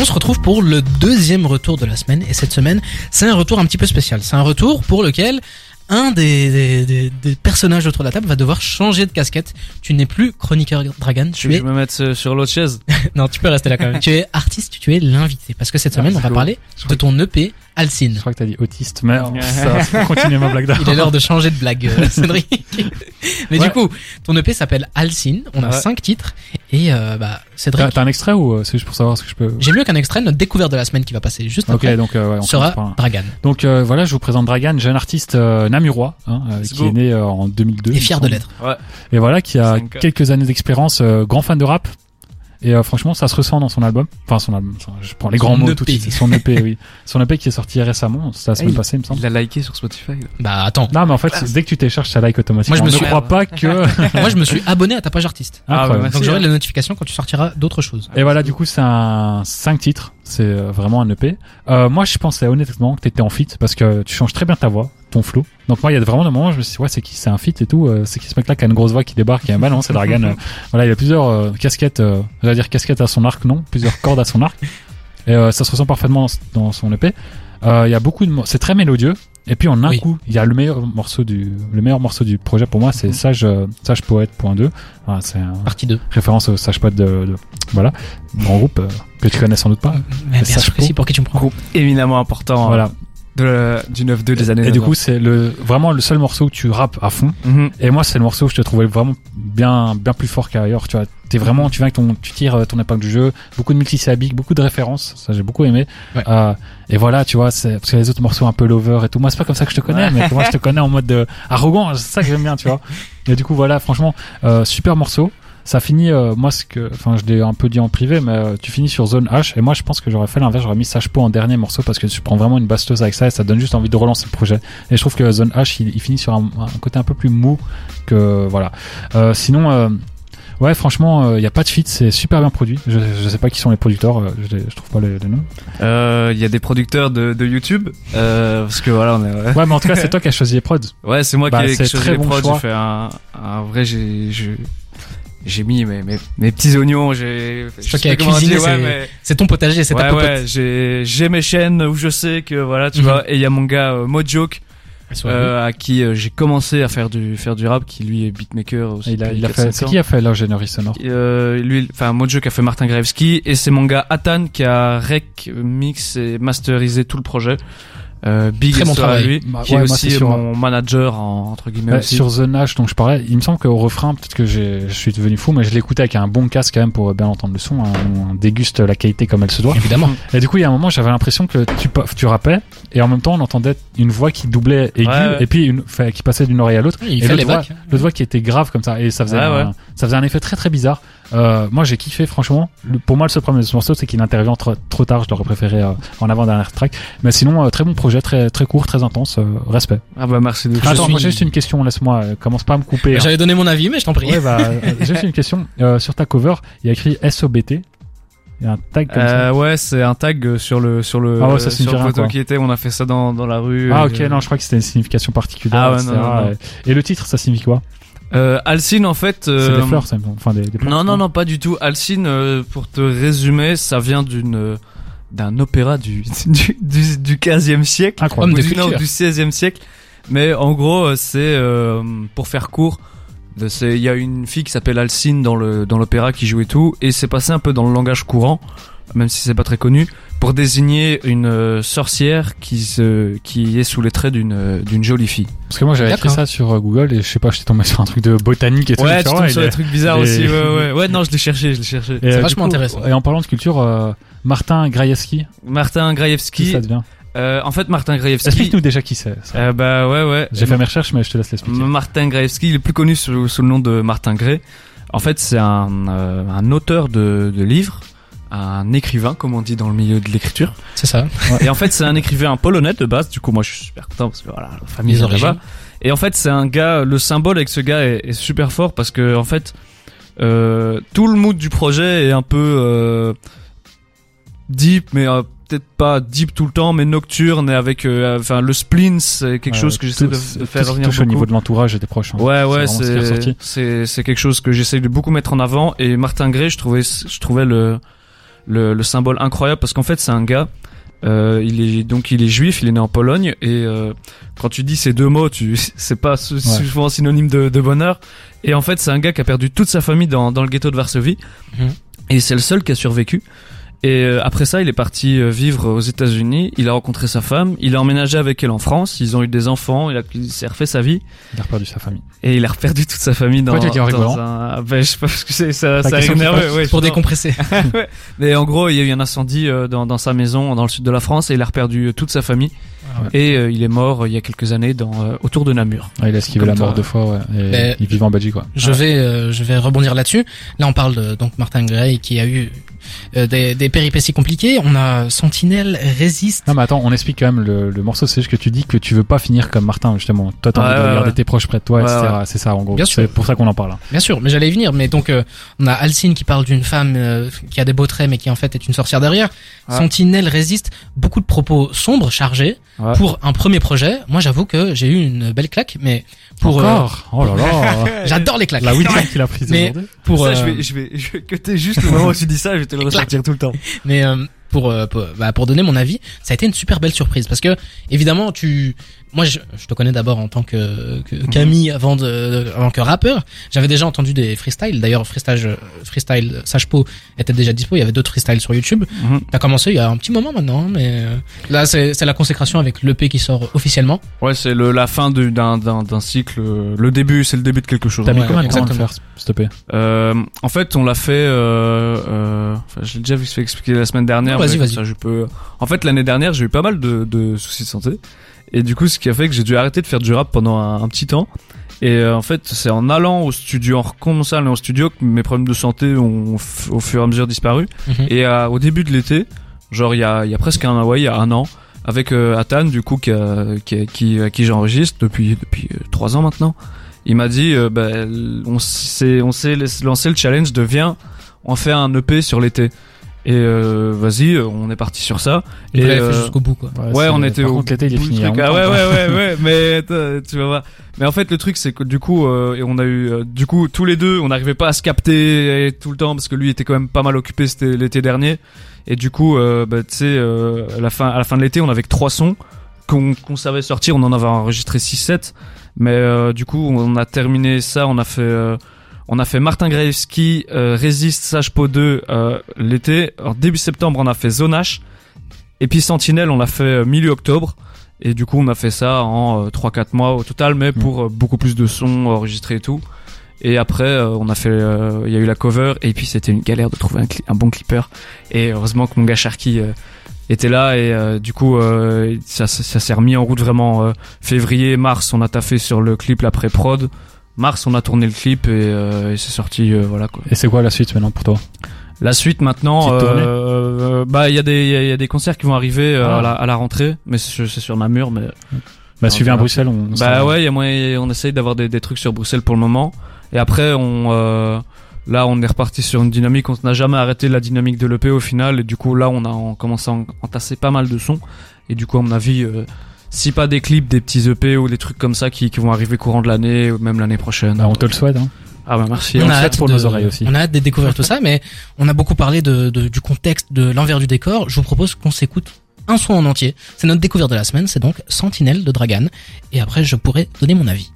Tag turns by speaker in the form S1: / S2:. S1: On se retrouve pour le deuxième retour de la semaine. Et cette semaine, c'est un retour un petit peu spécial. C'est un retour pour lequel un des, des- des- des personnages autour de la table va devoir changer de casquette. Tu n'es plus chroniqueur Dragon.
S2: Je
S1: Tu
S2: vais
S1: es...
S2: me mettre euh, sur l'autre chaise.
S1: Non, tu peux rester là quand même. tu es artiste, tu es l'invité. Parce que cette
S3: Ah,
S1: semaine, on
S3: c'est
S1: va
S3: lourd.
S1: parler
S3: Je
S1: de
S3: crois,
S1: ton EP,
S3: je
S1: Alcine.
S3: crois que t'as dit autiste, merde.
S2: Non.
S3: Ça, faut continuer ma blague d'art.
S1: Il est l'heure de changer de blague, euh, Cédric. Mais
S3: Ouais.
S1: du coup, ton EP s'appelle Alcine. On a
S2: Ouais.
S1: cinq titres. Et euh, bah,
S3: T'as
S1: Cédric,
S3: t'as un extrait ou euh, c'est juste pour savoir ce que je peux.
S1: j'ai mieux qu'un extrait. Notre découverte de la semaine qui va passer juste
S3: Ok,
S1: après
S3: donc euh, ouais, on commence par
S1: sera
S3: un.
S1: Dragan.
S3: Donc euh, voilà, je vous présente Dragan, jeune artiste euh, namurois, hein, euh,
S2: C'est
S3: qui
S2: beau.
S3: est né euh, en 2002.
S1: Et fier de l'être.
S3: Et voilà, qui a
S2: C'est mon cas.
S3: quelques années d'expérience, euh, grand fan de rap. Et euh, franchement, ça se ressent dans son album. Enfin, son album, son- je prends les
S1: Son E
S3: grands mots
S1: EP.
S3: tout de suite. Son EP, oui. Son EP qui est sorti récemment,
S1: Ah
S3: c'était la semaine
S2: Hey.
S3: passée, il me semble.
S2: Il a liké sur Spotify. Là.
S1: Bah attends,
S3: Non, mais en fait, dès que tu télécharges, ça like automatiquement.
S1: Moi, je me
S3: ne
S1: suis- Ah.
S3: crois pas que.
S1: moi je me suis abonné à ta page artiste.
S2: Ah,
S3: Incroyable.
S2: ouais, ouais.
S1: Donc
S2: Merci,
S1: j'aurai
S2: hein.
S1: la notification quand tu sortiras d'autres choses.
S2: Ah,
S3: Et voilà, du coup, c'est un 5 titres. C'est euh, vraiment un EP. Euh, moi, je pensais honnêtement que t'étais en feat parce que tu changes très bien ta voix, ton flow. Donc moi, il y a vraiment des moments où je me suis dit, ouais, c'est qui C'est un feat et tout. euh, c'est qui ce mec-là qui a une grosse voix qui débarque et un non, c'est Dragan. Euh, voilà, il a plusieurs euh, casquettes, euh, j'allais dire casquettes à son arc, non, plusieurs cordes à son arc. Et euh, ça se ressent parfaitement dans, s- dans son EP. Euh, Il y a beaucoup de, mo- c'est très mélodieux. Et puis en un
S1: Oui.
S3: coup, il y a le meilleur morceau du, le meilleur morceau du projet pour moi, c'est Sage, euh, Sage Poète point 2. Voilà, c'est un,
S1: Partie 2.
S3: référence au Sage Pod de, de- voilà grand groupe euh, que tu connais sans doute pas
S1: Mais bien
S3: sache
S1: sûr que
S3: pas.
S1: si, pour qui tu me prends
S2: Groupe éminemment important
S3: voilà
S2: euh, de- du 9-2 des années.
S3: et du coup c'est le vraiment le seul morceau où tu rappes à fond
S2: 90. Mhm.
S3: et moi c'est le morceau où je te trouvais vraiment bien bien plus fort qu'ailleurs tu vois t'es vraiment tu viens avec ton tu tires euh, ton impact du jeu beaucoup de multisyllabiques beaucoup de références ça j'ai beaucoup aimé
S1: Ouais.
S3: Euh, et voilà tu vois c'est parce que les autres morceaux un peu lover et tout moi c'est pas comme ça que je te connais
S2: Ouais.
S3: mais moi je te connais en mode euh, arrogant c'est ça que j'aime bien tu vois et du coup voilà franchement euh, super morceau ça finit euh, moi ce que enfin je l'ai un peu dit en privé mais euh, tu finis sur zone H et moi je pense que j'aurais fait l'inverse j'aurais mis Sage Po en dernier morceau parce que tu prends vraiment une basteuse avec ça et ça donne juste envie de relancer le projet et je trouve que zone H il, il finit sur un, un côté un peu plus mou que voilà euh, sinon euh, ouais franchement il n'y a pas de fit c'est super bien produit je, je sais pas qui sont les producteurs euh, je, les- je trouve pas les, les noms
S2: Euh, Il y a des producteurs de, de YouTube. Euh, parce que voilà, on est. ouais.
S3: ouais mais en tout cas c'est toi qui as choisi les prods
S2: Ouais, c'est moi
S3: Bah,
S2: qui ai
S3: c'est
S2: choisi
S3: très
S2: les
S3: bon
S2: prods.
S3: choix.
S2: J'ai fait un, un vrai. J'ai je- j'ai mis mes, mes, mes petits oignons. J'ai. je
S1: toi
S2: sais
S1: qui as
S2: pas comment
S1: cuisiné,
S2: dire, ouais,
S1: c'est-
S2: mais-
S1: C'est ton potager, c'est ta
S2: Ouais,
S1: popote.
S2: ouais, j'ai j'ai mes chaînes où je sais que voilà, tu
S1: Mhm.
S2: vois. Et il y a mon gars euh, Mojoke
S1: Elles sont
S2: euh, à qui euh, j'ai commencé à faire du faire du rap, qui lui est beatmaker aussi.
S3: il a,
S2: depuis
S3: il a fait
S2: 4-5
S3: c'est
S2: ans.
S3: qui a fait l'ingénierie sonore
S2: Euh, lui, enfin Mojo qui a fait Martin Graevski et c'est mon gars Atan qui a rec, mix et masterisé tout le projet. Euh, Big
S1: Très
S2: est
S1: bon
S2: sur à
S1: travail.
S2: lui,
S3: Bah,
S2: qui
S3: ouais,
S2: est
S3: moi,
S2: aussi
S3: c'est sur-
S2: mon manager en- entre guillemets
S3: Ouais,
S2: aussi.
S3: sur The Nash dont je parlais, il me semble qu'au refrain, peut-être que j'ai- je suis devenu fou, mais je l'écoutais avec un bon casque quand même pour bien entendre le son. hein. on déguste la qualité comme elle se doit.
S1: Évidemment.
S3: Et du coup, il y a un moment, j'avais l'impression que tu, pa- tu rappais, et en même temps, on entendait une voix qui doublait aiguë,
S2: Ouais, ouais.
S3: et puis une, enfin, qui passait d'une oreille à l'autre.
S1: Ah, Il
S3: et
S1: fait les
S3: l'autre voix,
S1: bacs.
S3: l'autre voix qui était grave comme ça, et ça faisait,
S2: Ouais,
S3: un,
S2: ouais.
S3: ça faisait un effet très très bizarre. Euh, moi, j'ai kiffé, franchement. Le- pour moi, le seul problème de ce morceau, c'est qu'il intervient trop, trop tard. Je l'aurais préféré euh, en avant dernière track. Mais sinon, euh, très bon projet, très très court, très intense. euh, respect.
S2: Ah bah merci de
S1: Je
S3: Attends,
S1: suis-
S3: moi j'ai juste une question, laisse-moi, euh, commence pas à me couper. hein.
S1: J'avais donné mon avis, mais je t'en prie.
S3: Ouais, bah, euh, j'ai juste une question. Euh, sur ta cover, il y a écrit SOBT. Il y a un tag comme ça.
S2: Euh, ouais, c'est un tag sur le sur le
S3: Ah ouais, ça signifie
S2: sur
S3: rien,
S2: le photo
S3: quoi.
S2: qui était. On a fait ça dans dans la rue.
S3: Ah
S2: Et,
S3: ok,
S2: euh,
S3: non, je crois que c'était une signification particulière.
S2: Ah ouais,
S3: etc.
S2: non, non, non.
S3: Et le titre, ça signifie quoi
S2: Euh, Alcine en fait.
S3: C'est
S2: euh,
S3: des fleurs, ça, me semble. enfin des, des plantes,
S2: Non, non, non, pas du tout. Alcine, euh, pour te résumer, ça vient d'une euh, d'un opéra du du, du, du 15e siècle,
S3: Incroyable.
S1: Homme de
S2: Ou du, non,
S1: culture.
S2: du 16e siècle. Mais en gros, euh, c'est euh, pour faire court. de- c'est- Il y a une fille qui s'appelle Alcine dans le dans l'opéra qui joue et tout, et c'est passé un peu dans le langage courant, même si c'est pas très connu, pour désigner une euh, sorcière qui se qui est sous les traits d'une euh, d'une jolie fille.
S3: Parce que moi j'avais écrit
S1: D'accord.
S3: ça sur euh, Google et je sais pas, j'étais tombé sur un truc de botanique et tout.
S2: Ouais,
S3: je me suis
S2: tu
S3: dit,
S2: tombes
S3: ouais,
S2: sur
S3: il
S2: des
S3: est-
S2: trucs bizarres
S3: il
S2: aussi.
S3: est-
S2: Ouais, ouais, ouais. Non, je l'ai cherché, je l'ai cherché.
S3: Et, euh, du
S1: vachement
S3: coup,
S1: intéressant.
S3: Et en parlant de culture, euh, Martin Graevski,
S2: Martin
S3: qui
S2: Graevski,
S3: ça devient
S2: Euh, en fait, Martin Graevski.
S3: Explique-nous déjà qui c'est. ça.
S2: Euh, bah ouais, ouais.
S3: J'ai fait mes recherches, mais je te laisse l'expliquer.
S2: Martin Graevski, il est plus connu sous, sous le nom de Martin Gray. En fait, c'est un, euh, un auteur de, de livres, un écrivain, comme on dit dans le milieu de l'écriture.
S1: C'est ça.
S2: Et en fait, c'est un écrivain polonais de base. Du coup, moi, je suis super content parce que voilà, la famille
S1: Les
S2: vient de
S1: origines.
S2: là-bas. Et en fait, c'est un gars. Le symbole avec ce gars est, est super fort parce que en fait, euh, tout le mood du projet est un peu euh, deep, mais euh, peut-être pas deep tout le temps, mais nocturne et avec, euh, enfin, le spleen, c'est quelque
S3: Euh,
S2: chose que j'essaie
S3: tout-
S2: de, de
S3: tout
S2: faire
S3: ce qui
S2: revenir
S3: touche au
S2: beaucoup.
S3: niveau de l'entourage et des proches. hein.
S2: Ouais, ouais,
S3: vraiment ce qui est ressorti.
S2: c'est c'est c'est quelque chose que j'essaye de beaucoup mettre en avant. Et Martin Gray, je trouvais je trouvais le le, le symbole incroyable parce qu'en fait c'est un gars. euh, il est donc il est juif, il est né en Pologne et euh, quand tu dis ces deux mots, tu c'est pas sou- souvent synonyme de, de bonheur. Et en fait c'est un gars qui a perdu toute sa famille dans, dans le ghetto de Varsovie
S1: Mhm.
S2: et c'est le seul qui a survécu. Et euh, après ça, il est parti euh, vivre aux États-Unis. Il a rencontré sa femme. Il a emménagé avec elle en France. Ils ont eu des enfants. Il, a, il s'est refait sa vie.
S3: Il a perdu sa famille.
S2: Et il a perdu toute sa famille dans,
S3: Pourquoi tu dis en
S2: dans
S3: rigolant
S2: un... Ben, je sais pas, parce que c'est- ça,
S3: Ta
S2: ça
S3: question
S2: énerve,
S3: qui passe
S2: ouais,
S1: pour
S2: je- non.
S1: décompresser.
S2: Ouais. Mais en gros, il y a eu un incendie euh, dans, dans sa maison dans le sud de la France et il a perdu toute sa famille.
S3: Ah, ouais.
S2: Et euh, il est mort euh, il y a quelques années dans, euh, autour de Namur.
S3: Ah, il a esquivé
S2: Comme
S3: la mort
S2: toi.
S3: deux fois, ouais. Et
S1: Mais-
S3: il vivait en Belgique, quoi.
S1: Je vais, euh, je vais rebondir là-dessus. Là, on parle de, donc Martin Gray qui a eu euh, des, des péripéties compliquées. On a Sentinelle, Résiste.
S3: Non, mais attends, on explique quand même le, le morceau. C'est juste que tu dis que tu veux pas finir comme Martin, justement. Toi, t'as envie
S2: Ouais,
S3: de
S2: ouais,
S3: garder
S2: ouais.
S3: tes proches près de toi,
S2: Ouais,
S3: etc. C'est ça, en gros.
S1: Bien sûr.
S3: C'est pour ça qu'on en parle. hein.
S1: Bien sûr, mais j'allais y venir. Mais donc, euh, on a Alcine qui parle d'une femme euh, qui a des beaux traits, mais qui en fait est une sorcière derrière.
S2: Ouais.
S1: Sentinelle, Résiste. Beaucoup de propos sombres, chargés.
S2: Ouais.
S1: Pour un premier projet, moi, j'avoue que j'ai eu une belle claque, mais pour... euh,
S3: Encore Oh là là
S1: J'adore les claques.
S3: La week-end qu'il a prise
S1: Mais-
S3: aujourd'hui.
S1: Pour,
S2: ça,
S1: euh,
S2: je vais, je vais, je vais cutter juste le moment où tu dis ça, je vais te le ressortir tout le temps.
S1: Mais euh, pour euh, pour, bah, pour donner mon avis, ça a été une super belle surprise parce que évidemment tu moi je, je te connais d'abord en tant que, que
S2: Mhm.
S1: Camille avant de avant que rappeur. J'avais déjà entendu des freestyles. D'ailleurs freestyle freestyle Sage Po était déjà dispo. Il y avait d'autres freestyles sur YouTube.
S2: Mhm.
S1: T'as commencé il y a un petit moment maintenant, mais euh, là c'est c'est la consécration avec l'EP qui sort officiellement.
S2: Ouais, c'est le, la fin du- d'un, d'un, d'un cycle. euh, Le début, c'est le début de quelque chose. hein.
S3: T'as mis
S1: Ouais,
S3: combien de temps à le
S1: exactement.
S3: faire, s'il te plaît
S2: Euh, en fait, on l'a fait. Euh, euh, enfin, je l'ai déjà fait expliquer la semaine dernière.
S1: Non, vas-y,
S2: mais comme
S1: vas-y.
S2: ça, je peux. En fait, l'année dernière, j'ai eu pas mal de, de soucis de santé, et du coup, ce qui a fait que j'ai dû arrêter de faire du rap pendant un, un petit temps. Et euh, en fait, c'est en allant au studio, en recommençant à aller au studio, que mes problèmes de santé ont f- au fur et à mesure disparu.
S1: Mhm.
S2: Et euh, au début de l'été, genre il y a, il y a presque un, ouais, il y a un an, avec euh, Atan, du coup, qui, a- qui, a- qui, à qui j'enregistre depuis depuis euh, trois ans maintenant, il m'a dit, euh, bah, on s'est on s'est laissé- lancé le challenge de viens, on fait un EP sur l'été. Et euh, vas-y, euh, on est parti sur ça.
S1: Et
S2: Et,
S1: l'avez fait
S2: euh,
S1: jusqu'au bout quoi.
S2: Ouais,
S3: c'est-
S2: on était
S3: par
S2: au
S3: contre, l'été, il est
S2: bout du
S3: fini.
S2: truc.
S3: hein.
S2: Ah ouais, ouais, ouais, ouais, mais attends, tu vas voir. Mais en fait, le truc, c'est que du coup, euh, et on a eu, euh, du coup, tous les deux, on n'arrivait pas à se capter euh, tout le temps parce que lui était quand même pas mal occupé c'était l'été dernier. Et du coup, euh, bah, tu sais, euh, à la fin, à la fin de l'été, on avait que trois sons qu'on qu'on savait sortir. On en avait enregistré 6-7 mais euh, du coup, on a terminé ça. On a fait, euh, on a fait Martin Graevski, euh, Résiste, Sage Po 2 euh, l'été. En début septembre, on a fait Zone H. Et puis Sentinelle, on l'a fait euh, milieu octobre. Et du coup, on a fait ça en euh, 3-4 mois au total,
S3: Mm.
S2: mais pour euh, beaucoup plus de sons enregistrés et tout. Et après, euh, on a fait, euh, il y a eu la cover, et puis c'était une galère de trouver un, cli- un bon clipper. Et heureusement que mon gars Sharky euh, était là, et euh, du coup, euh, ça, ça, ça s'est remis en route vraiment euh, février, mars, on a taffé sur le clip, la pré-prod. Mars, on a tourné le clip et, euh, et c'est sorti, euh, voilà quoi.
S3: Et c'est quoi la suite maintenant pour toi
S2: La suite maintenant,
S3: Petite tournée
S2: euh, bah il y, a des- il y a- il y a des concerts qui vont arriver euh,
S3: Ah.
S2: à, la, à la rentrée, mais c'est sur- c'est sur Namur, mais
S3: Bah, suivez à
S2: voilà.
S3: Bruxelles, on. on
S2: bah
S3: s'en-
S2: ouais, il y a moyen- on essaye d'avoir des, des trucs sur Bruxelles pour le moment. Et après, on euh, là, on est reparti sur une dynamique. On n'a jamais arrêté la dynamique de l'EP au final. Et du coup, là, on a on commence à en- entasser pas mal de sons. Et du coup, à mon avis, euh, si pas des clips, des petits EP ou des trucs comme ça qui, qui vont arriver courant de l'année ou même l'année prochaine.
S3: Bah, on te le souhaite, hein.
S2: Ah bah merci.
S3: Et on
S1: a
S3: le souhaite
S1: hâte
S3: pour
S1: de-
S3: nos oreilles aussi.
S1: On a hâte de découvrir tout ça, mais on a beaucoup parlé de, de- du contexte, de l'envers du décor. Je vous propose qu'on s'écoute un son en entier. C'est notre découverte de la semaine, c'est donc Sentinelle de Dragan. Et après, je pourrai donner mon avis.